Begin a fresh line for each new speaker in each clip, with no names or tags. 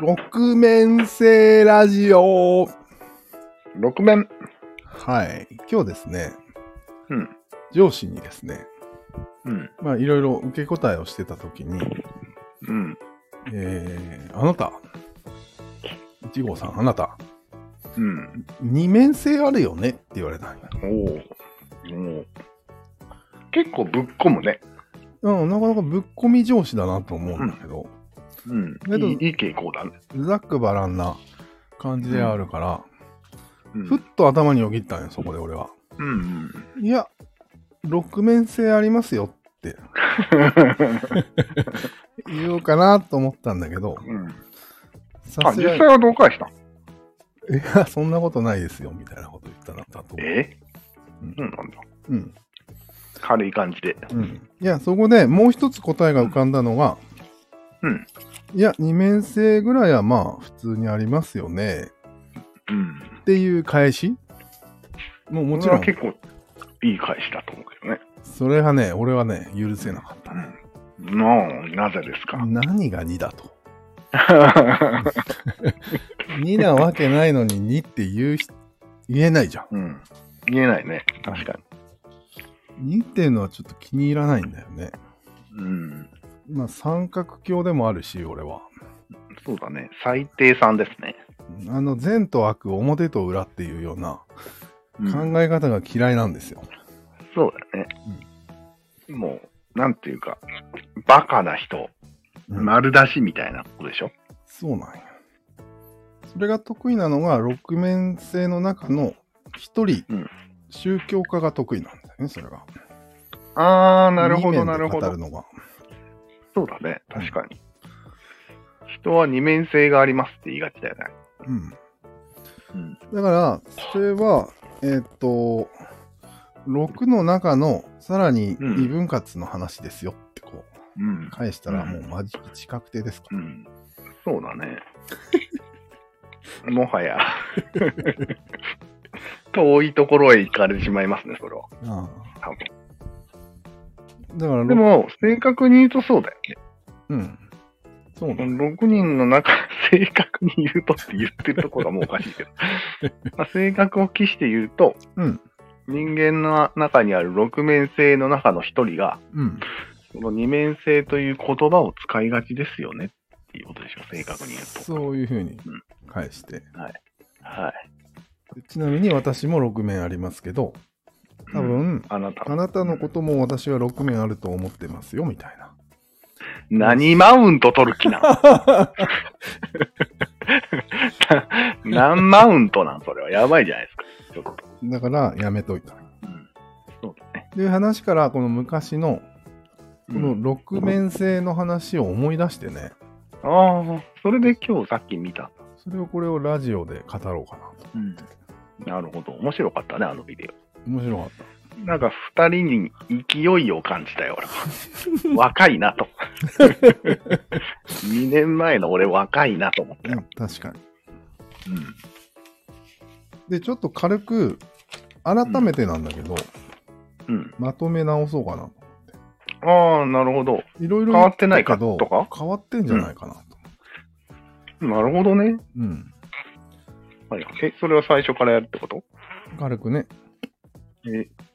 六面性ラジオ。
六面。
はい。今日ですね、
うん。
上司にですね、
うん。
まあいろいろ受け答えをしてたときに、
うん。
えー、あなた、一号さん、あなた、
うん。
二面性あるよねって言われたんや。
おお。もう。結構ぶっ込むね。
うん、なかなかぶっ込み上司だなと思うんだけど、
うん。
けど
いいいい傾向だね。
ざっくばらんな感じであるから、
うん。
ふっと頭によぎったんよ、そこで俺は。
うんうん。
いや、六面性ありますよ って言おうかなと思ったんだけど、
うん
さ
あ、
す
実
がに
際はどう返した
いや、そんなことないですよ、みたいなこと言ったらだと思う。
え
うん
そうなんだ。
うん。
軽い感じで。
うん。いや、そこでもう一つ答えが浮かんだのが、
うん。
いや、二面性ぐらいはまあ、普通にありますよね、
うん。
っていう返しもうもちろん
こ、れは結構いい返しだと思うけどね。
それはね、俺はね、許せなかったね。
うん。なあなぜですか。
何が2だと。2なわけないのに2って言う人、言えないじゃ
うん。言えないね。確か
ん。2っていうのはちょっと気に入らないんだよね。
に。うん。
まあ、三角形でもあるし、俺は。
そうだね。最低さんですね。
あの、善と悪、表と裏っていうような
うん
考え方が嫌いなんですよ。
そうだね。もう、なんていうか、バカな人、
うん
丸出しみたいなことでしょ。
そうなんや。それが得意なのが、六面性の中の一人、
うん
宗教家が得意なんだよね、それが。
あー、なるほ
二
ど、
面で
なるほ
語
ど
る。のが。
そうだね。確かに。人は二面性がありますって言いがちだよね。
うん。
うん。
だから、それは、えーっと、6の中のさらに
うん
異分割の話ですよってこう
うん。
返したら
うん
もうマジ一確定ですか
う
ら、
ん。そうだね。 もは や、遠いところへ行かれてしまいますね、それは。
あ
多
あ
分。
だから
で
6、
も、正確に言うとそうだよね。
うん。そうだ、
6人の中、正確に言うとって言ってるところがもうおかし いけど。まあ正確を期して言うと、
うん。
人間の中にある六面性の中の一人が、
うん。
この二面性という言葉を使いがちですよねっていうことでしょ、正確に言うと。
そういうふうに
ん
返して。
はい。
でちなみに私も6面ありますけど、多
うん、
分、
あなた
あなたのことも私は6面あると思ってますよ、みたい な。
何マウント取る気 なの何マウントなんそれは。やばいじゃないですか。ちょっと。
だから、やめといた。
うん、そうだね。
という話から、この昔の、こ
う
の
ん
六面性の話を思い出してね、
ああ、それで今日さっき見た。
それをこれをラジオで語ろうかなと。
うん、なるほど。面白かったね、あのビデ
面白かっ
オ。なんか二人に勢いを感じたよ、俺は。 若いなと。2年前の俺若いなと思った
た。
よ。
確かに。
うん
で、ちょっと軽く、改めてなんだけど、
うん、
まとめ直そうかなと。
ああ、なるほど。
いろいろ
変わってないか
言ったけど
とか
変わってんじゃないかなと。
なるほどね。
うん。
はい、え、それは最初からやるってこと
軽くね。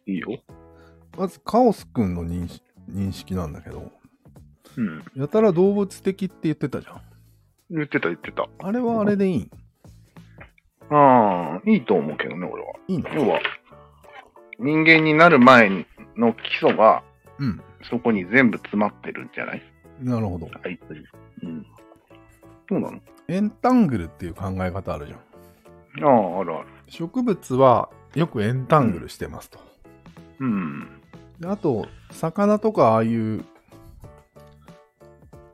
いいよ。
まず、カオスくんの認識認識なんだけど、
うん。
やたら動物的って言ってたじゃん。
言ってた言ってた。
あれはあれでいいん
ああ、いいと思うけどね、俺は。
いいの
要は、人間になる前の基礎が、
うん。
そこに全部詰まってるんじゃない
なるほど。
あいつに。うん。そうなの
エンタングルっていう考え方あるじゃん。
ああ、あるある。
植物はよくエンタングルしてますと。
うん。
であと、魚とかああいう、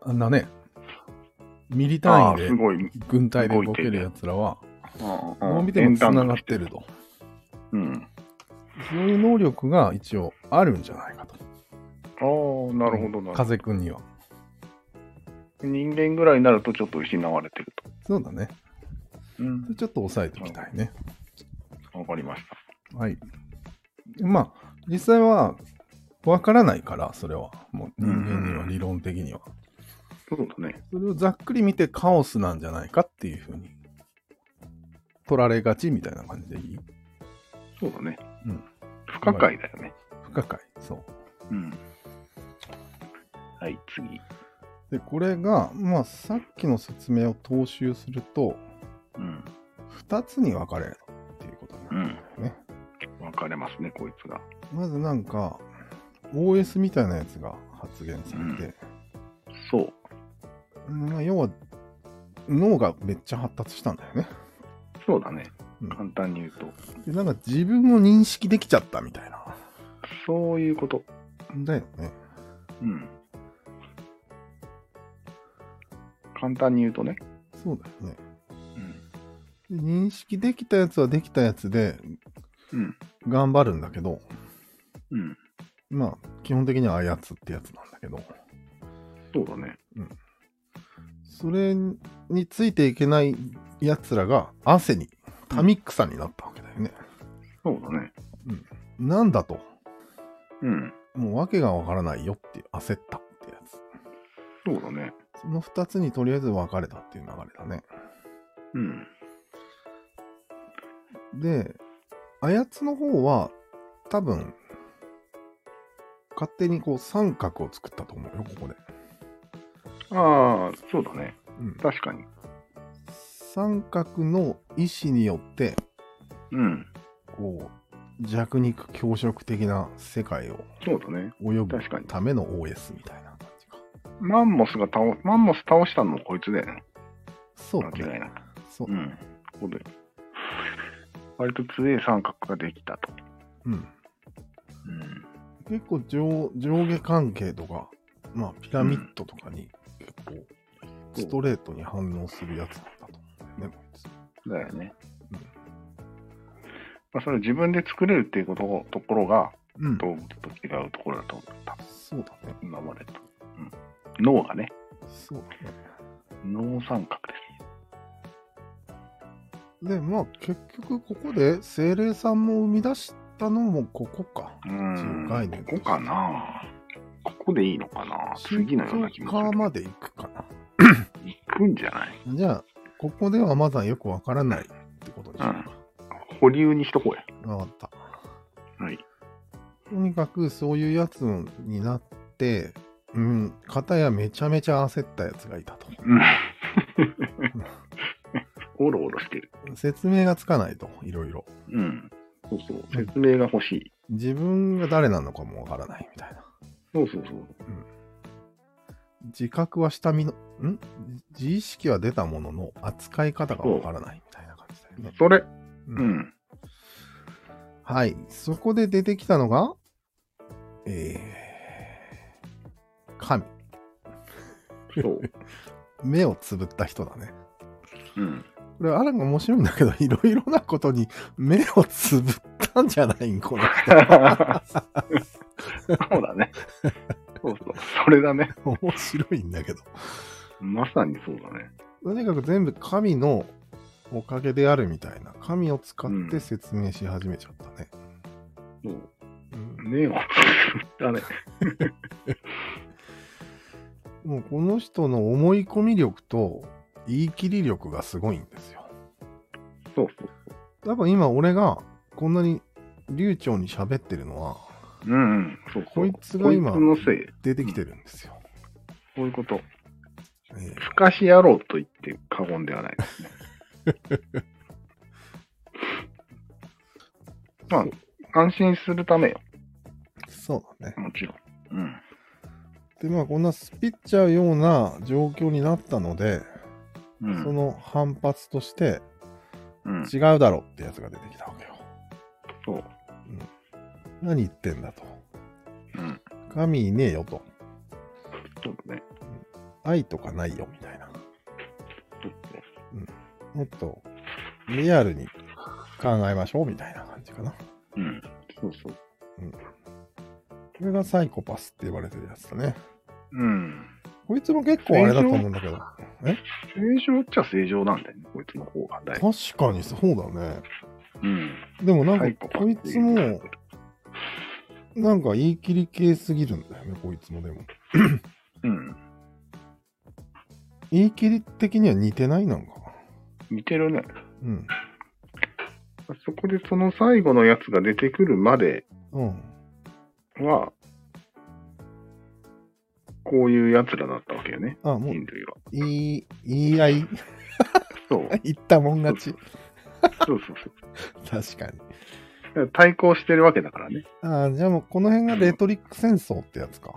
あんなね、ミリ
あ
単
あ、
位です
ごい。
軍隊で動けるやつらは、
ああ、ああ
どう見ても繋がって。ると。
うん。
そういう能力が一応あるんじゃないかと。
ああ、なるほどなるほど。
風くんには。
人間ぐらいになるとちょっと失われてると。
そうだね。
うん
それちょっと抑えておきたいね。
わかりました。
はい。でまあ、実際は、わからないから、それは。もう人間には、理論的には。
そうだね。
それをざっくり見てカオスなんじゃないかっていうふうに取られがちみたいな感じでいい
そうだね。
うん。
不可解だよね。
不可解。そう。
うん。はい、次。
で、これが、まあ、さっきの説明を踏襲すると、
うん。
2つに分かれるっていうことにな
う
る
ん。
んだよね。
分かれますね、こいつが。
まずなんか、OS みたいなやつが発言されて、
そう。
まあ、要は、脳がめっちゃ発達したんだよね。
そうだね
うん。
簡単に言うと。
で、なんか自分を認識できちゃったみたいな。
そういうこと。
だよね。
うん。簡単に言うとね。
そうだよね。
うん。
で認識できたやつはできたやつで
うん。
頑張るんだけど、
うん。
まあ、基本的には操ってやつなんだけど、
そうだね。
それについていけないやつらが汗に、タミックさになったわけだよね。
そうだね。
なんだと、
うん。
もう訳がわからないよって焦ったってやつ。
そうだね。
その2つにとりあえず分かれたっていう流れだね。
うん。
で、あやつの方は、多分、勝手にこう三角を作ったと思うよ、ここで。
ああ、そうだね。
うん、
確かに。
三角の意思によって、
うん。
こう、弱肉強食的な世界を
そうだね。
及ぶ
確かに
ための OS みたいな感じか。
マンモスが倒、マンモス倒したのもこいつだよね。
そうだ
間違い
ね。
なく。
そう
う。ん。ここで。割と強い三角ができたと。
うん。
うん。
結構上上下関係とか、まあ、ピラミッドとかに結構ストレートに反応するやつだったと思うんだよね、こいつ。
だよね。
うん
まあ、それを自分で作れるっていうことところが、
うん。
動物と違うところだと思った。
そうだね。
今までと。うん、脳がね、
そうだね。
脳三角で
で、まあ、結局ここで精霊さんも生み出したのもここか。
す。うん
そういう概念
ここかなここでいいのかな次のような気持ち
宗教家まで行くかな。
いくんじゃない
じゃあ、ここではまだよくわからないってことでしょうか。
保留にしとこうや。
わ、かった。
はい。
とにかくそういうやつになって、うん、片やめちゃめちゃ焦ったやつがいたと。
うん。 おろおろしてる。
説明がつかないと、いろいろ。
うん。そうそう。説明が欲しい。
自分が誰なのかもわからないみたいな。
そうそうそう。
自覚はしたみの、ん自意識は出たものの扱い方がわからないみたいな感じだよね。
それ。
う
う。ん。
はい。そこで出てきたのが、えー、神。
そう。
目をつぶった人だね。
うん。
これ、アランが面白いんだけど、い ろいろなことに目をつぶったんじゃないんこの人。
そうだね。そうそう。それだね。
面白いんだけど。
まさにそうだね。
とにかく全部神のおかげであるみたいな。神を使って説明し始めちゃったね。
そう。
うん
目を。 だね。
もうこの人の思い込み力と言い切り力がすごいんですよ。
そうそう。
多分今俺がこんなに流暢に喋ってるのは
うんうん、そうそう
こいつが今
こいつのせい。
出てきてるんですよ。
こういうこと。
え
ふかし野郎と言って過言ではな いですね。まあ、安心するためよ。
えそうだね。
もちろん。うん。
でまあこんなスピっちゃうような状況になったので、
うん、
その反発として
うん、
違うだろってやつが出てきたわけよ。
そう。
何言ってんだと。
うん。
神いねえよと。
そうだね。
愛とかないよみたいな。
そうそう
もっとリアルに考えましょうみたいな感じかな。
うん。そうそう。
これがサイコパスって言われてるやつだね。
うん。
こいつも結構あれだと思うんだけど。え
正常っちゃ正常なんだよね、こいつの方が。だいぶ
確かにそうだね。
うん。
でもな
サ
ん
イ
か
コパ
こ
ス
い
って
つ
う
も、なんか言い切り系すぎるんだよね、こいつもでも。
うん。
言い切り的には似てないなんか。
似てるね。
うん。
そこでその最後のやつが出てくるまで
うん。
は、こういうやつらだったわけよね、
あ、もう
人、類は。
言い、言い合い、
そう。
言ったもん勝ち。
そうそうそう。
確かに。
だから対抗してるわけだからね。
ああ、じゃあもうこの辺がレトリック戦争ってやつか。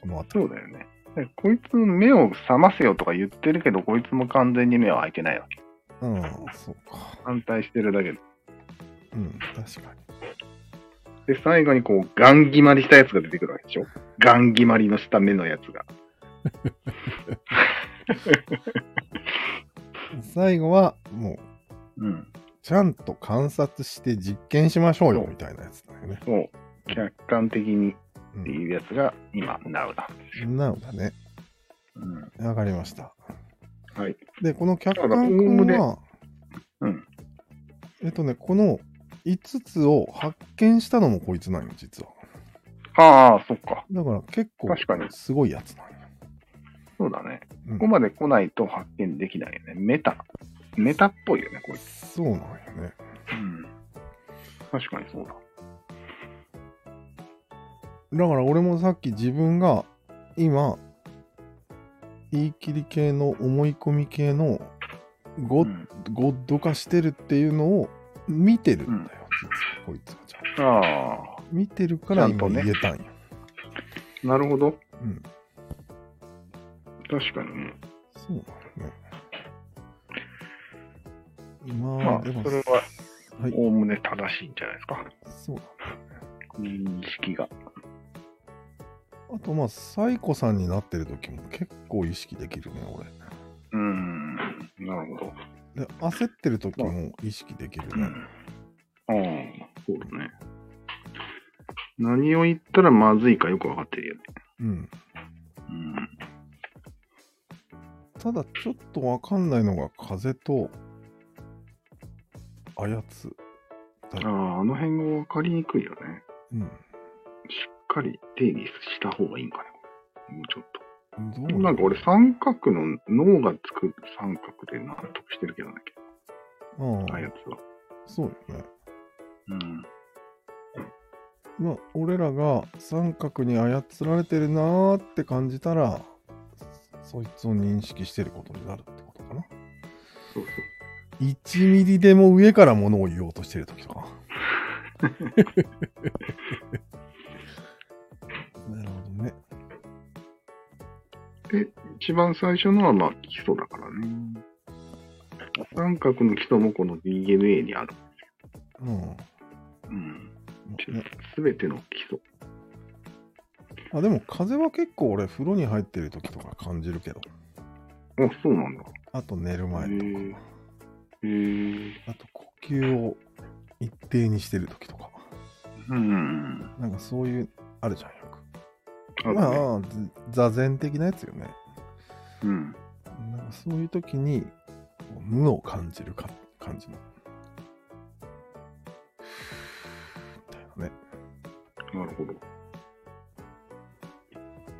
この後。
そうだよね。だからこいつ目を覚ませよとか言ってるけど、こいつも完全に目は開いてないわけ。
うん、そうか。
反対してるだけで。
うん、確かに。
で、最後にこう、ガン決まりしたやつが出てくるわけでしょ。ガン決まりのした目のやつが。
最後は、もう、
うん。
ちゃんと観察して実験しましょうよ、
そう
みたいなやつだよね。
そう。客観的に
う
って
ん。
いうやつが、今、なるだ。
なるほどね。
うん。
わかりました。
はい。
で、この客観
だからおおむ
君
ね
は、
うん。
えっとね、この5つを発見したのもこいつなんよ、実は。
ああ、そっか。
だから結構
確かに。
すごいやつなんよ。
そうだね。
うん
ここまで来ないと発見できないよね。メタ。メタっぽいよね、こいつ。
そうなんよね。
うん。確かにそうだ。
だから俺もさっき自分が今、言い切り系の思い込み系のゴ
う
ッ,、
ん、
ゴッド化してるっていうのを見てるんだよ、実はこいつはちゃんと
あ
見てるから
ちゃん
今
とね
言えたんよ。
あ、なるほど。
うん。
確かにね。
そうなのね。まあ、
まあ、
でも
それは、
はい
おおむね正しいんじゃないですか。
そうだ
認識が。
あとまあ、サイコさんになってる時も結構意識できるね、
うん。なるほど。
俺。で、焦ってる時も意識できる
うん。
ね。
ああ、そうだね。何を言ったらまずいかよくわかってるよね。
うん。
うん。
ただ、ちょっとわかんないのが、風と、操つ。
ああ、あの辺が分かりにくいよね。
うん。
しっかり定義した方がいいんかね。もうちょっ
どう
と。なんか俺、三角の脳がつく三角で納得してるけどね、
うん
ああやつは。
そうよね。
うん。
まあ、俺らが三角に操られてるなーって感じたら、そいつを認識してることになるってことかな。
そうそう。
1ミリでも上から物を言おうとしてるとき とか。なるほどね。
一番最初のはまあ基礎だからね。三角の基礎もこの DNA にある。
うん。
うん。
ね
すべての基礎。
あでも風は結構俺風呂に入ってるときとか感じるけど。
あ、そうなんだ。
あと寝る前と
へ
か
ー。へえ。
あと呼吸を一定にしてるときとか。
うん。
なんかそういう、あるじゃんよく。
あとね
まあ、あず座禅的なやつよね。
うん。
なんかそういう時にこう無を感じるか感じの。みたいなね。
なるほど。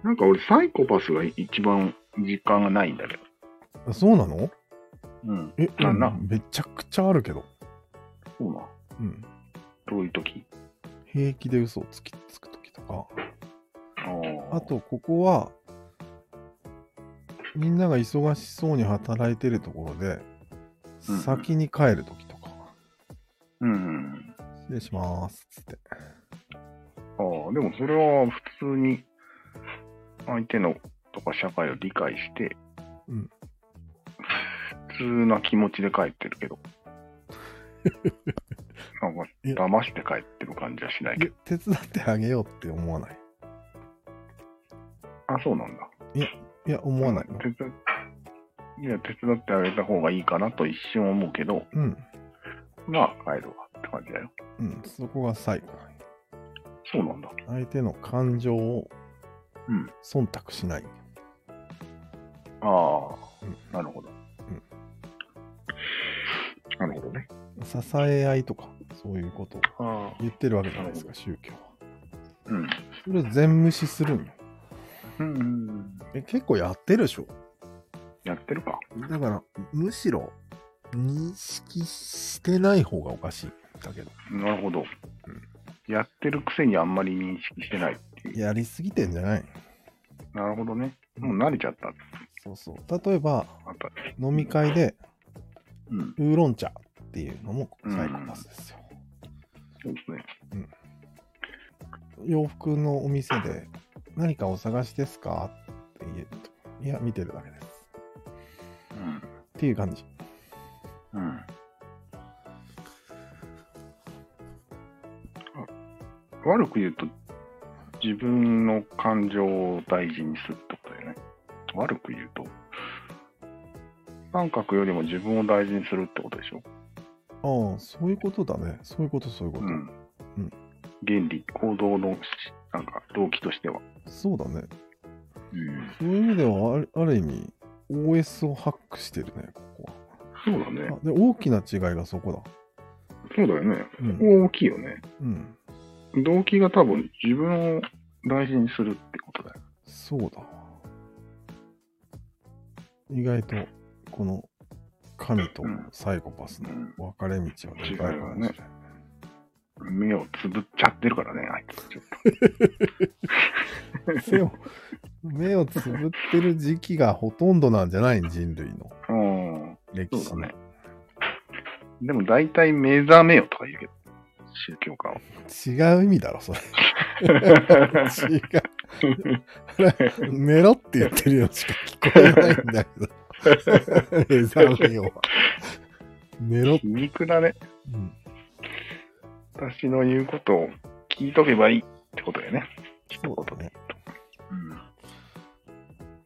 なんか俺、サイコパスが一番実感がないんだけど。
あそうなの
うん。
え、
なんだ
うんめちゃくちゃあるけど。
そうなん。
うん。
どういう時
平気で嘘をつきつく時とか。
あ
あ、と、ここは、みんなが忙しそうに働いてるところで、
うんうん
先に帰る時とか。
うん。
失礼します。つって。
ああ、でもそれは普通に相手のとか社会を理解して、
うん
普通な気持ちで帰ってる けど。なんか
いや
騙して帰ってる感じはしないけ
で
ど。
手伝ってあげようって思わない。
あ、そうなんだ。
いや、思わないの。
手伝いや、手伝ってあげた方がいいかなと一瞬思うけど、
うん。
まあ帰るわって感じだよ。
うん。そこが最後なんよ
そうなんだ。
相手の感情を
うん
忖度しない。
あ
うん
あ、なるほど。
ん
なるほどね。
支え合いとか、そういうことを
ああ。
言ってるわけじゃないですか、宗教は。
うん。
それを全無視するんよ
うんうんうん。
え結構やってるでしょ
やってるか。
だから、むしろ、認識してない方がおかしいんだけど。
なるほど。やってるくせにあんまり認識してないっていう。
やりすぎてんじゃない
なるほどね。もう慣れちゃった。
そうそう。例えば、
また。
飲み会で、
うん。
ウーロン茶っていうのもサイコパスですよ。
そうですね。
洋服のお店で、何かお探しですかって言えると。いや、見てるだけです。っていう感じ。
うん。うん。あ悪く言うと、自分の感情を大事にするってことだよね。悪く言うと。三角よりも自分を大事にするってことでしょ。
ああ、そういうことだね。そういうこと、そういうこと。
うん。
うん
原理、行動のし、なんか、動機としては。
そうだね。
うん。
そういう意味では、あるある意味、OS をハックしてるね、ここは。
そうだね。
あで大きな違いがそこだ。
そうだよね。
うん
ここ大きいよね。
うん。
動機が多分自分を大事にするってことだよ。
そうだわ。意外と、この神とサイコパスの分かれ道はでかいかもしれない。
目をつぶっちゃってるからね、あいつ。ちょっと
目を目をつぶってる時期がほとんどなんじゃない人類の
うん。
歴
そう
史
だ
の
ね。でも大体目覚めよとか言うけど、宗教家は。
違う意味だろ、それ。違う。寝ろって言ってるようにしか聞こえないんだけど。目覚めよは。寝ろ。
皮肉だね。
うん
私の言うことを聞いとけばいいってことだよね。
そうだね。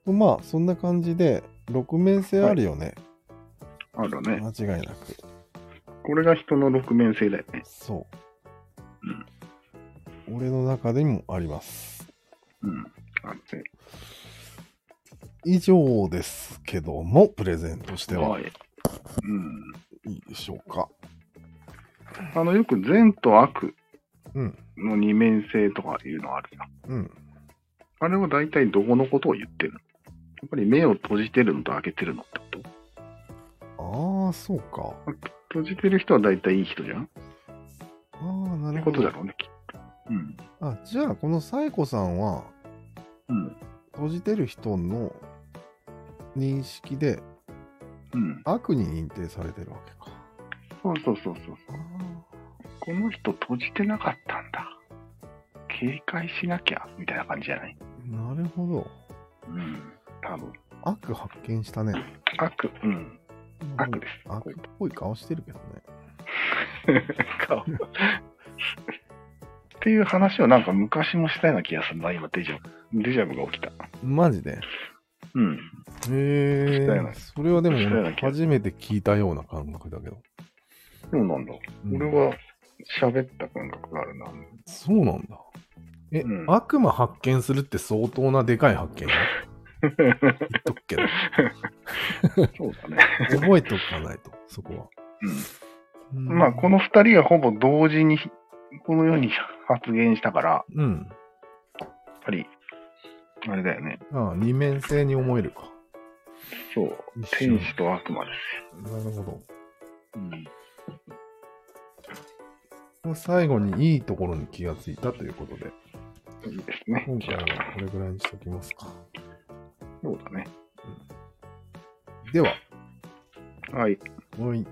うん。
まあ、そんな感じで、六面性あるよね。
あるね。
間違いなく。
これが人の六面性だよね。
そう。俺の中でもあります。
うん。あって。
以上ですけども、プレゼントしては
はい。うん。
いいでしょうか。
あの、よく善と悪
うん。
の二面性とかいうのあるじゃん。
うん。
あれは大体どこのことを言ってるのやっぱり目を閉じてるのと開けてるのってこと
ああ、そうか。
閉じてる人は大体いい人じゃんっ
ああ、な
て
る
こ
ほ
とだ
ど。
ろうね、きっと。うん。
あ、じゃあ、このサイコさんは、
うん。
閉じてる人の認識で
うん。
悪に認定されてるわけか。
そうそうそうそう。
ああ
この人閉じてなかったんだ。警戒しなきゃ、みたいな感じじゃない
なるほど。
うん。多分。
悪発見したね。
悪。うん。悪です。
悪っぽい顔してるけどね。
顔。 っていう話をなんか昔もしたような気がするな、今デジャブ。デジャブが起きた。
マジで。
うん。
へえ
したような
それはでも
したような
俺
気が
初めて聞いたような感覚だけど。
そうなんだ。
うん
俺は喋った感覚が あるな。
そうなんだ。え、
うん
悪魔発見するって相当なでかい発見よ言っとくけど。
そうだね。
覚えておかないと、そこは。うん
まあ、この二人がほぼ同時に、このように発言したから、やっ
うん。
ぱり、あれだよね。
ああ、二面性に思えるか。
そう。
一緒
天使と悪魔で
なるほど。
す。うん。
まあ最後にいいところに気がついたということで、
いいですね。
今回はこれぐらいにしときますか。
そうだね。
では、
はい。
はい。